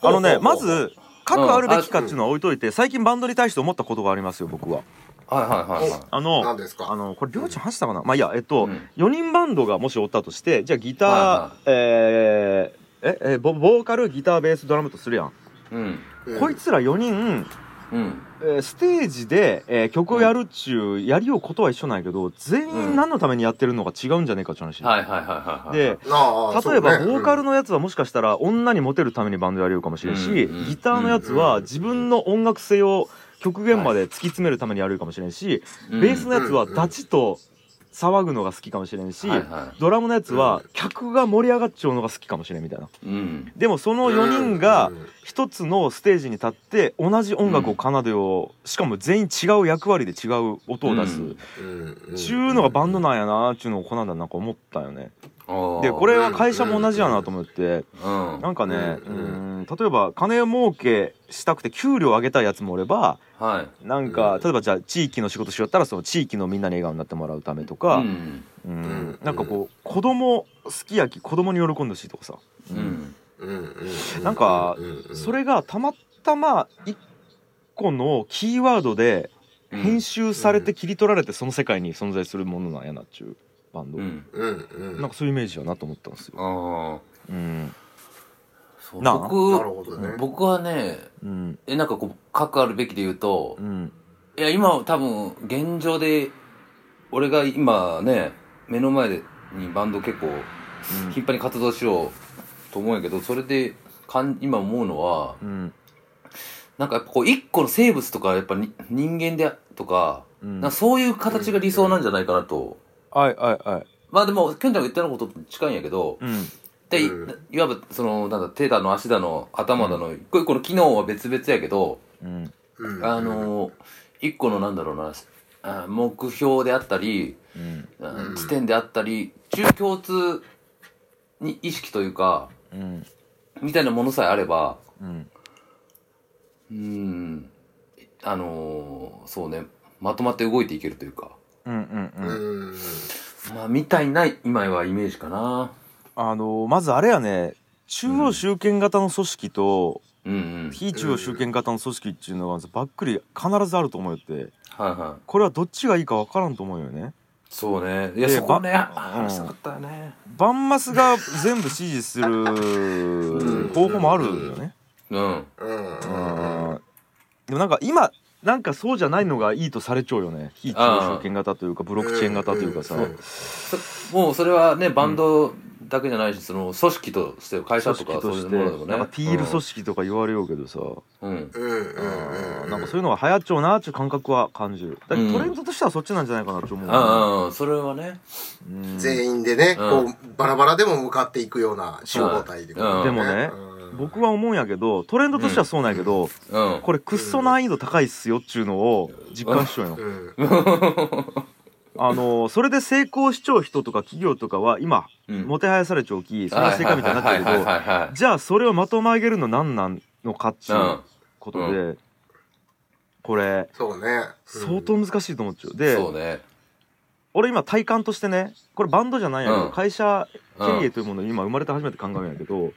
[SPEAKER 1] あのね
[SPEAKER 3] ほうほうほう
[SPEAKER 1] まず書くあるべきかっていうのは置いといて最近バンドに対して思ったことがありますよ僕は。
[SPEAKER 2] はいはいはいはい。
[SPEAKER 1] あの
[SPEAKER 3] 何ですか
[SPEAKER 1] あのこれりょうちゃん話したかな、まあいいやえっと、
[SPEAKER 2] うん
[SPEAKER 1] 4人バンドがもしおったとしてじゃあギター、
[SPEAKER 2] はい
[SPEAKER 1] えーええボボーカルギターベースドラムとするやん、
[SPEAKER 2] うん。
[SPEAKER 3] うん
[SPEAKER 1] こいつら4人、
[SPEAKER 2] うん。
[SPEAKER 1] えーステージで、えー曲をやるっちゅうやりようことは一緒なんやけど全員何のためにやってるのが違うんじゃねえかって話、
[SPEAKER 2] はいはいはいはいはい。
[SPEAKER 1] で、
[SPEAKER 3] ああ
[SPEAKER 1] 例えば
[SPEAKER 3] そうね
[SPEAKER 1] ボーカルのやつはもしかしたら女にモテるためにバンドやれるかもしれんし、
[SPEAKER 2] うんうん
[SPEAKER 1] ギターのやつは自分の音楽性を極限まで突き詰めるためにやれるかもしれんし、
[SPEAKER 2] うん、
[SPEAKER 1] ベースのやつはダチと騒ぐのが好きかもしれんし、
[SPEAKER 2] はいは。
[SPEAKER 1] ドラムのやつは客が盛り上がっちゃうのが好きかもしれんみたいない
[SPEAKER 2] うん。
[SPEAKER 1] でもその4人
[SPEAKER 3] う
[SPEAKER 1] が
[SPEAKER 3] んうん
[SPEAKER 1] 一つのステージに立って同じ音楽を奏でようしかも全員違う役割で違う音を出す、
[SPEAKER 2] うん
[SPEAKER 3] うん
[SPEAKER 1] ちゅうのがバンドなんやなーちゅうのをこの間なんか思ったよね
[SPEAKER 2] ああ
[SPEAKER 1] でこれは会社も同じやなと思って
[SPEAKER 2] うん。
[SPEAKER 1] なんかねう
[SPEAKER 3] うん
[SPEAKER 1] ん例えば金儲けしたくて給料上げたいやつもおれば
[SPEAKER 2] はい。
[SPEAKER 1] なんか
[SPEAKER 3] うん
[SPEAKER 1] 例えばじゃあ地域の仕事しよったらその地域のみんなに笑顔になってもらうためと
[SPEAKER 2] う
[SPEAKER 1] か
[SPEAKER 2] ん。
[SPEAKER 1] う
[SPEAKER 3] うん
[SPEAKER 1] んなんかこう子供好き焼き子供に喜んでほしいとかさ
[SPEAKER 2] うん。
[SPEAKER 3] うんうんう
[SPEAKER 1] なんか
[SPEAKER 3] うんうん
[SPEAKER 1] それがたまたま一個のキーワードで
[SPEAKER 2] うん
[SPEAKER 1] 編集されて切り取られてその世界に存在するものなんやなっちゅうバンド
[SPEAKER 2] うん。
[SPEAKER 3] うんうん
[SPEAKER 1] なんかそういうイメージやなと思ったんですよ。
[SPEAKER 2] ああ。
[SPEAKER 1] うん
[SPEAKER 2] そう
[SPEAKER 1] なあ
[SPEAKER 3] なる
[SPEAKER 2] 僕、
[SPEAKER 3] ほどね
[SPEAKER 2] 僕はね、
[SPEAKER 1] うん
[SPEAKER 2] え、なんかこう、かくあるべきで言うと
[SPEAKER 1] う、ん
[SPEAKER 2] いや、今多分、現状で、俺が今ね、目の前にバンド結構、頻繁に活動しようと思うんやけど、それで、かん今思うのは、
[SPEAKER 1] うん
[SPEAKER 2] なんかやっぱこう、一個の生物とか、やっぱに人間で、とか、
[SPEAKER 1] うん
[SPEAKER 2] なんかそういう形が理想なんじゃないかなと。
[SPEAKER 1] はいはいはい。
[SPEAKER 2] まあでも、きょんちゃんが言ったようなことと近いんやけど、
[SPEAKER 1] うん
[SPEAKER 2] で、い
[SPEAKER 3] うん
[SPEAKER 2] いわば、その、なんだ、手だの足だの頭だの、一個一個の機能は別々やけど、
[SPEAKER 1] うん
[SPEAKER 3] うん
[SPEAKER 2] あのー、一個のなんだろうな、あ目標であったり、
[SPEAKER 1] うん
[SPEAKER 2] あ
[SPEAKER 3] うん
[SPEAKER 2] 地点であったり、中共通に意識というか、
[SPEAKER 1] うん
[SPEAKER 2] みたいなものさえあれば、
[SPEAKER 1] うん
[SPEAKER 2] うーん、あのー、そうね、まとまって動いていけるというか、
[SPEAKER 1] うんうんうん。
[SPEAKER 3] うん
[SPEAKER 2] まあ、みたいな、今はイメージかな。
[SPEAKER 1] あのまずあれやね中央集権型の組織と
[SPEAKER 2] うんうん。
[SPEAKER 1] 非中央集権型の組織っていうのがばっくり必ずあると思うよって
[SPEAKER 2] はいはい。
[SPEAKER 1] これはどっちがいいかわからんと思うよね。
[SPEAKER 2] そうね。いや、
[SPEAKER 1] で
[SPEAKER 2] そこね、
[SPEAKER 1] ば
[SPEAKER 2] 話したかったよね。
[SPEAKER 1] バンマスが全部支持する方法もあるよね。
[SPEAKER 2] うん。
[SPEAKER 3] うん
[SPEAKER 1] う
[SPEAKER 3] うん
[SPEAKER 1] んでもなんか今なんかそうじゃないのがいいとされちゃうよね非中央集権型というかブロックチェーン型というかさ
[SPEAKER 3] うん
[SPEAKER 2] もうそれはね、バンドだけじゃないし、その組織として、会社
[SPEAKER 1] 組
[SPEAKER 2] とか
[SPEAKER 1] 織
[SPEAKER 2] そう
[SPEAKER 1] と
[SPEAKER 2] いう
[SPEAKER 1] し
[SPEAKER 2] もので
[SPEAKER 1] て
[SPEAKER 2] もね。
[SPEAKER 1] なんかピール組織とか言われようけどさ。
[SPEAKER 2] うん。うん。
[SPEAKER 3] うんうんうんうん
[SPEAKER 1] なんかそういうのが流行っちゃうなーっていう感覚は感じる。だけどトレンドとしてはそっちなんじゃないかなって思う。
[SPEAKER 2] ああ、それはね。
[SPEAKER 1] うん
[SPEAKER 3] 全員でね、
[SPEAKER 2] うん
[SPEAKER 3] こうバラバラでも向かっていくような集合体で、
[SPEAKER 2] うん
[SPEAKER 1] でもね
[SPEAKER 3] うん
[SPEAKER 1] 僕は思うんやけどトレンドとしてはそうなんやけど、
[SPEAKER 2] うん。
[SPEAKER 1] これくっそ難易度高いっすよっちゅうのを実感しちゃうよ。
[SPEAKER 3] うん
[SPEAKER 1] あのーそれで成功しちゃう人とか企業とかは今
[SPEAKER 2] うん
[SPEAKER 1] もてはやされちゃうきそれが正解みたいになってる
[SPEAKER 2] はい
[SPEAKER 1] け
[SPEAKER 2] はい
[SPEAKER 1] ど
[SPEAKER 2] はいはいはい
[SPEAKER 1] じゃあそれをまとも上げるの何なんのかっちゅ
[SPEAKER 2] うん
[SPEAKER 1] うことでこれ
[SPEAKER 3] そうね
[SPEAKER 1] 相当難しいと思っちゃう。で
[SPEAKER 2] そうね。
[SPEAKER 1] 俺今体感としてねこれバンドじゃないんやけ
[SPEAKER 2] う
[SPEAKER 1] ど
[SPEAKER 2] ん
[SPEAKER 1] 会社
[SPEAKER 2] う
[SPEAKER 1] 経営
[SPEAKER 2] ん。
[SPEAKER 1] というものを今生まれて初めて考えるんやけど
[SPEAKER 2] うん。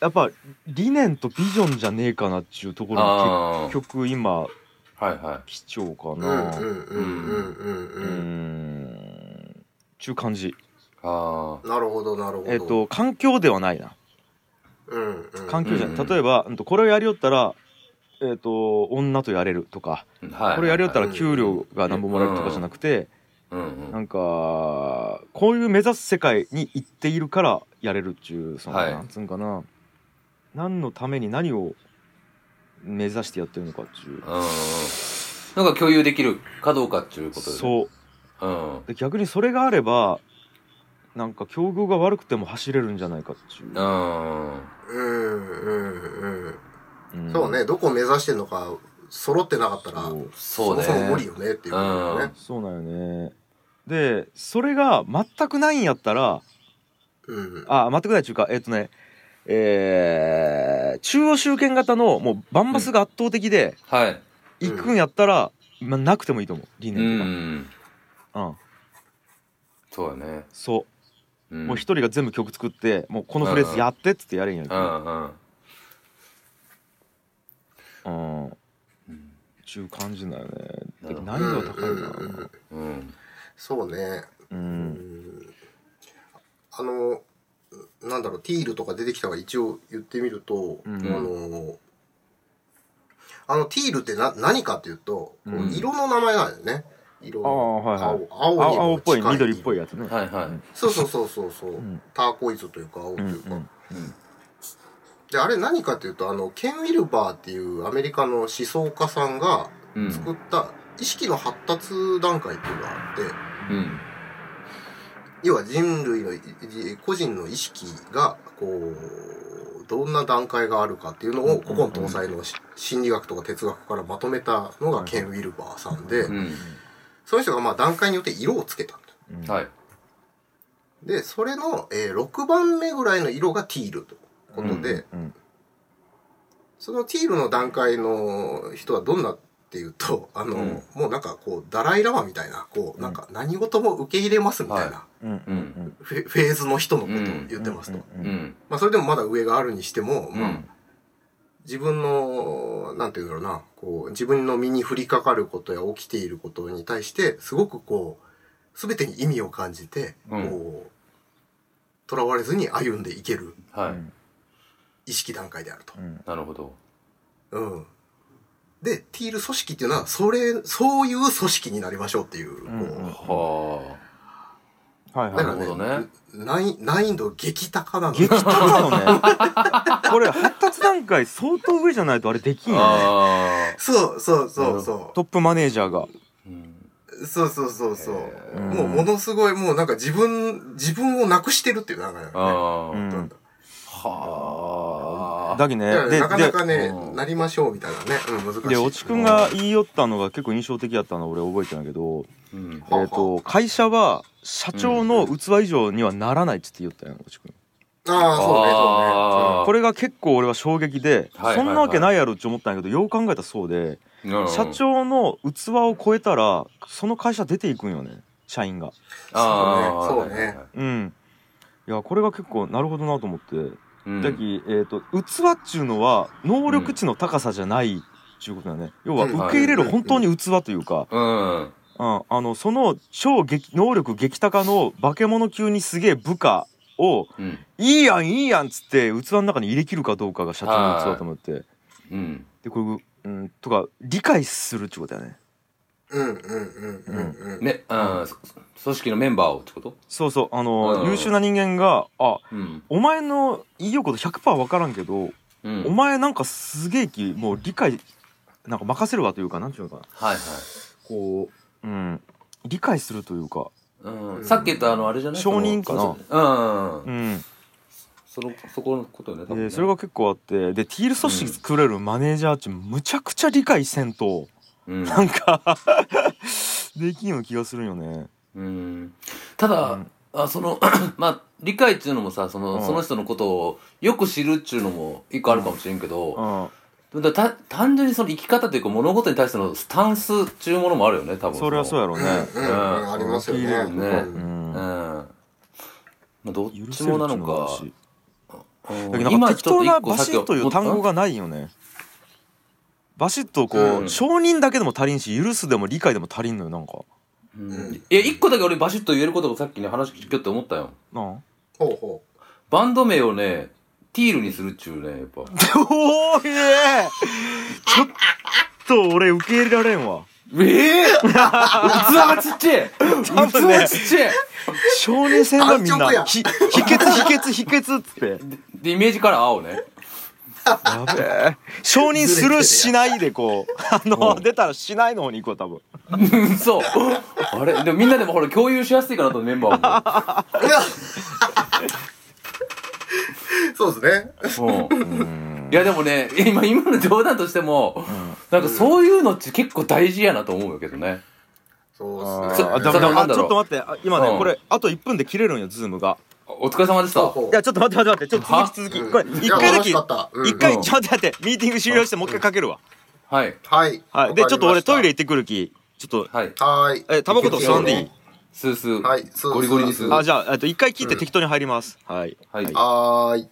[SPEAKER 1] やっぱ理念とビジョンじゃねえかなっちゅうところ
[SPEAKER 2] ああ
[SPEAKER 1] に。結局今
[SPEAKER 2] はいは
[SPEAKER 1] 貴重か
[SPEAKER 3] うんうん
[SPEAKER 1] な
[SPEAKER 3] うんうんう
[SPEAKER 1] う
[SPEAKER 3] ん
[SPEAKER 1] ー
[SPEAKER 3] うん
[SPEAKER 1] んちゅう感じ
[SPEAKER 2] い。あ
[SPEAKER 3] なるほどなるほど
[SPEAKER 1] えっ、と環境ではないな
[SPEAKER 3] うんうん
[SPEAKER 1] 環境じゃない、
[SPEAKER 2] うん
[SPEAKER 1] 例えばうんとこれをやりよったらえっ、と女とやれるとか
[SPEAKER 2] あ。はい。
[SPEAKER 1] これやりよったら
[SPEAKER 3] うん
[SPEAKER 1] 給料が何ぼもらえるとかじゃなくて、
[SPEAKER 2] うんう。
[SPEAKER 1] なんんかこういう目指す世界に行っているからやれるっちゅうその、
[SPEAKER 2] はい
[SPEAKER 1] なんつうんかな何のために何を目指してやってるのかっちゅう、
[SPEAKER 2] うんうん。なんか共有できるかどうかっていうことで。
[SPEAKER 1] そう
[SPEAKER 2] う。うん。
[SPEAKER 1] で逆にそれがあればなんか境遇が悪くても走れるんじゃないかっちゅう、
[SPEAKER 2] うん。
[SPEAKER 3] うんうんうん
[SPEAKER 1] うん
[SPEAKER 3] そうねどこを目指してんのか揃ってなかったら
[SPEAKER 1] そ
[SPEAKER 2] そう
[SPEAKER 3] そうも
[SPEAKER 2] ね。
[SPEAKER 3] そも無理よねっていうことだよね
[SPEAKER 1] そうなんよねでそれが全くないんやったら
[SPEAKER 3] うん
[SPEAKER 1] あ全くないっちゅうかえっ、とねえー中央集権型のもうバンバスが圧倒的で、
[SPEAKER 2] はい。
[SPEAKER 1] 行くんやったら、まあ、なくてもいいと思う理
[SPEAKER 2] う
[SPEAKER 1] 念と
[SPEAKER 2] ん。
[SPEAKER 1] か、うん
[SPEAKER 2] そうだね。
[SPEAKER 1] そう
[SPEAKER 2] うん
[SPEAKER 1] もう一人が全部曲作ってもうこのフレーズやってっつってやれんやけ
[SPEAKER 2] う
[SPEAKER 1] ど
[SPEAKER 2] んうん
[SPEAKER 1] うんちゅう感じだよね
[SPEAKER 2] なるほど
[SPEAKER 1] 難易度は高いな
[SPEAKER 2] うん
[SPEAKER 3] そうね。
[SPEAKER 1] う
[SPEAKER 3] うんん。あの、なんだろう、ティールとか出てきたから一応言ってみると、
[SPEAKER 1] うん
[SPEAKER 3] あの、あのティールってな何かっていうと、こう
[SPEAKER 1] うん
[SPEAKER 3] 色の名前なんだよね。色
[SPEAKER 1] ああ
[SPEAKER 3] の。
[SPEAKER 1] はいはい
[SPEAKER 3] 青
[SPEAKER 1] 青青っぽい
[SPEAKER 3] にも近
[SPEAKER 1] 緑っぽいやつね
[SPEAKER 2] はいはい
[SPEAKER 3] そうそうそうそうそう、
[SPEAKER 1] ん
[SPEAKER 3] ターコイズというか青と
[SPEAKER 1] うん
[SPEAKER 3] いううか、
[SPEAKER 1] ん
[SPEAKER 3] であれ何かというとあのケン・ウィルバーっていうアメリカの思想家さんが
[SPEAKER 2] うん
[SPEAKER 3] 作った意識の発達段階っていうのがあって
[SPEAKER 2] うん
[SPEAKER 3] 要は人類のいい個人の意識がこうどんな段階があるかっていうのを古今東西のし心理学とか哲学からまとめたのがケン・ウィルバーさんで、
[SPEAKER 2] うん
[SPEAKER 3] その人がまあ段階によって色をつけたんだよ
[SPEAKER 1] うん
[SPEAKER 2] はい
[SPEAKER 3] でそれの、えー6番目ぐらいの色がティールということで、
[SPEAKER 1] うん
[SPEAKER 3] そのティールの段階の人はどんなっていうと、あの、
[SPEAKER 2] うん
[SPEAKER 3] もうなんかこう、ダライラマみたいな、こう、なんか何事も受け入れますみたいな、
[SPEAKER 1] うんうんうん
[SPEAKER 3] フェフェーズの人のことを言ってますと。
[SPEAKER 1] うん
[SPEAKER 2] う
[SPEAKER 1] うん
[SPEAKER 2] ん
[SPEAKER 3] まあ、それでもまだ上があるにしても、
[SPEAKER 2] う
[SPEAKER 3] まあ
[SPEAKER 2] ん、
[SPEAKER 3] 自分の、なんて言うんだろうな、こう、自分の身に降りかかることや起きていることに対して、すごくこう、すべてに意味を感じて、
[SPEAKER 2] うん
[SPEAKER 3] こう、囚われずに歩んでいける
[SPEAKER 2] は
[SPEAKER 1] うん
[SPEAKER 2] い
[SPEAKER 3] 意識段階であると。
[SPEAKER 1] うん
[SPEAKER 2] なるほど
[SPEAKER 3] うん。で、ティール組織っていうのは、それ、そういう組織になりましょうっていう、こ
[SPEAKER 1] うんうん
[SPEAKER 3] う、
[SPEAKER 2] は
[SPEAKER 1] はいは
[SPEAKER 3] だ
[SPEAKER 1] い
[SPEAKER 3] か
[SPEAKER 2] な
[SPEAKER 3] ら
[SPEAKER 2] るほどね
[SPEAKER 3] ね、難易難易度激高なの。
[SPEAKER 1] 激高だよね *laughs* これ発達段階相当上じゃないとあれでき
[SPEAKER 2] あ
[SPEAKER 1] んよね
[SPEAKER 2] ああ
[SPEAKER 3] *laughs* そうそうそうそ
[SPEAKER 1] トップマネージャーが
[SPEAKER 2] うん
[SPEAKER 3] う。そうそうそうそう。
[SPEAKER 2] えー
[SPEAKER 3] もうものすごい、もうなんか自分、自分をなくしてるっていう流れなんだね。
[SPEAKER 2] あ
[SPEAKER 1] う
[SPEAKER 2] あ
[SPEAKER 1] ん
[SPEAKER 3] なんだ
[SPEAKER 2] はあ
[SPEAKER 1] だけ
[SPEAKER 3] だか
[SPEAKER 1] ね
[SPEAKER 3] ら
[SPEAKER 1] で
[SPEAKER 3] なかな
[SPEAKER 1] で
[SPEAKER 3] かね
[SPEAKER 2] うん、
[SPEAKER 3] なりましょうみたいなね。うん、難しい。
[SPEAKER 1] で落ちくんが言い寄ったのが結構印象的やったの俺覚えてないけど、
[SPEAKER 2] うん
[SPEAKER 3] はあ
[SPEAKER 1] えっと会社は社長の器以上にはならないっつって言ったやん落ちくん
[SPEAKER 3] ああ、そうね、
[SPEAKER 2] あー
[SPEAKER 1] これが結構俺は衝撃で、
[SPEAKER 2] はいはいはい
[SPEAKER 1] そんなわけないやろって思ったんやけどよう考えたらそうで、
[SPEAKER 2] うん
[SPEAKER 1] 社長の器を超えたらその会社出ていくんよね社員が
[SPEAKER 2] ああ
[SPEAKER 3] そうね
[SPEAKER 2] はいはいはい
[SPEAKER 1] うんいやこれが結構なるほどなと思って、
[SPEAKER 2] うん
[SPEAKER 1] だき、えー、と器っちゅうのは能力値の高さじゃないっちゅうことだね、要は
[SPEAKER 3] うん
[SPEAKER 1] 受け入れる本当に器というか、
[SPEAKER 2] うん
[SPEAKER 1] うん、あのその超激能力激高の化け物級にすげえ部下を
[SPEAKER 2] うん
[SPEAKER 1] 「いいやんいいやん」っつって器の中に入れきるかどうかが社長の器だと思って
[SPEAKER 2] うん
[SPEAKER 1] でこれうんとか理解するっちゅうことだよね
[SPEAKER 3] うん、うん、うん、うん、うん。
[SPEAKER 2] ねうんそ組織のメンバーをってこと
[SPEAKER 1] そうそうあの、
[SPEAKER 2] うん
[SPEAKER 1] 優秀な人間が「あ
[SPEAKER 2] うん
[SPEAKER 1] お前の言いようこと100%分からんけど、
[SPEAKER 2] うん
[SPEAKER 1] お前なんかすげえきもう理解なんか任せるわというかなんていうのかな
[SPEAKER 2] はいはい
[SPEAKER 1] こう、うん、理解するというか、
[SPEAKER 2] うんさっき言ったあのあれじゃない
[SPEAKER 1] 承認かな
[SPEAKER 2] その
[SPEAKER 1] う
[SPEAKER 2] う
[SPEAKER 1] んん、
[SPEAKER 2] そのそこのことよね多分
[SPEAKER 1] で
[SPEAKER 2] ね
[SPEAKER 1] それが結構あってでティール組織作れるマネージャーっちむちゃくちゃ理解せんと、
[SPEAKER 2] うん
[SPEAKER 1] なんか *laughs* できんような気がするよね。
[SPEAKER 2] うんただ
[SPEAKER 1] うん
[SPEAKER 2] あそのまあ理解っていうのもさその
[SPEAKER 1] うん
[SPEAKER 2] その人のことをよく知るっていうのも一個あるかもしれん
[SPEAKER 1] う
[SPEAKER 2] けど
[SPEAKER 1] ん、
[SPEAKER 2] だた単純にその生き方というか物事に対してのスタンスっていうものもあるよね多分
[SPEAKER 1] それはそうやろうね。
[SPEAKER 3] うん、うん、ありますよね。
[SPEAKER 1] う
[SPEAKER 2] ね
[SPEAKER 3] うん
[SPEAKER 1] うん
[SPEAKER 2] うんまあどっ
[SPEAKER 1] 許
[SPEAKER 2] ち
[SPEAKER 1] せるって
[SPEAKER 2] もな
[SPEAKER 1] いうの
[SPEAKER 2] の
[SPEAKER 1] もある
[SPEAKER 2] か
[SPEAKER 1] し
[SPEAKER 2] うん
[SPEAKER 1] だけどなんか適当な
[SPEAKER 2] 今ちょ
[SPEAKER 1] バ
[SPEAKER 2] っと
[SPEAKER 1] シ
[SPEAKER 2] 一個
[SPEAKER 1] ッという単語がないよね。バシッとこう、
[SPEAKER 2] うん
[SPEAKER 1] 承認だけでも足りんし許すでも理解でも足りんのよなんか。
[SPEAKER 2] うんいや一個だけ俺バシッと言えることがさっきね話聞きよって思ったよ
[SPEAKER 1] なあ
[SPEAKER 3] ほう *laughs* ほう。
[SPEAKER 2] バンド名をねティールにするっちゅうねやっぱ
[SPEAKER 1] おーいねちょっと俺受け入れられんわ。
[SPEAKER 2] ええ器がちっちゃい
[SPEAKER 1] 多分ね
[SPEAKER 2] 器ちっちゃい
[SPEAKER 1] 少年戦だみん
[SPEAKER 3] 安直
[SPEAKER 1] な
[SPEAKER 3] や
[SPEAKER 1] ひ秘訣秘訣秘訣っつって
[SPEAKER 2] でイメージから青ね
[SPEAKER 1] やべえ承認するしないでこうあの
[SPEAKER 2] うん
[SPEAKER 1] 出たらしないの方に行こう多分
[SPEAKER 2] うんそうあれでもみんなでもほら共有しやすいかなとメンバ
[SPEAKER 3] そうですね。
[SPEAKER 2] ーも、うん、いやでもね今今の冗談としても、なんかそういうのって結構大事やなと思うけどね
[SPEAKER 3] そうです
[SPEAKER 1] そ
[SPEAKER 3] ね。
[SPEAKER 1] あだ
[SPEAKER 2] そ
[SPEAKER 1] だ
[SPEAKER 2] うなん
[SPEAKER 1] あ
[SPEAKER 2] だ
[SPEAKER 1] ちょ
[SPEAKER 2] ろう
[SPEAKER 1] っと待ってあ今ね、
[SPEAKER 2] うん
[SPEAKER 1] これあと1分で切れるんよズームが
[SPEAKER 2] お疲れ様でした
[SPEAKER 3] ほうほう
[SPEAKER 1] いやちょっと待って待って待ってちょっ
[SPEAKER 2] は
[SPEAKER 1] と続き続きこれ
[SPEAKER 3] うん
[SPEAKER 1] 1回だけ
[SPEAKER 3] いや楽しかったうん
[SPEAKER 1] 1回ち
[SPEAKER 2] う
[SPEAKER 1] ょ
[SPEAKER 2] ん
[SPEAKER 1] っと待ってミーティング終了してもう一回かけるわ、
[SPEAKER 2] はい
[SPEAKER 3] はい。
[SPEAKER 1] はい、でちょっと俺トイレ行ってくるきちょっと
[SPEAKER 2] はい
[SPEAKER 3] はーい。
[SPEAKER 1] えタバコと吸わんでいい
[SPEAKER 3] 行きましょうね
[SPEAKER 2] スースー。
[SPEAKER 3] はい、そう
[SPEAKER 2] ゴリゴリにする
[SPEAKER 1] あじゃあえっと一回切って適当に入ります、はい
[SPEAKER 2] はい
[SPEAKER 3] はーい。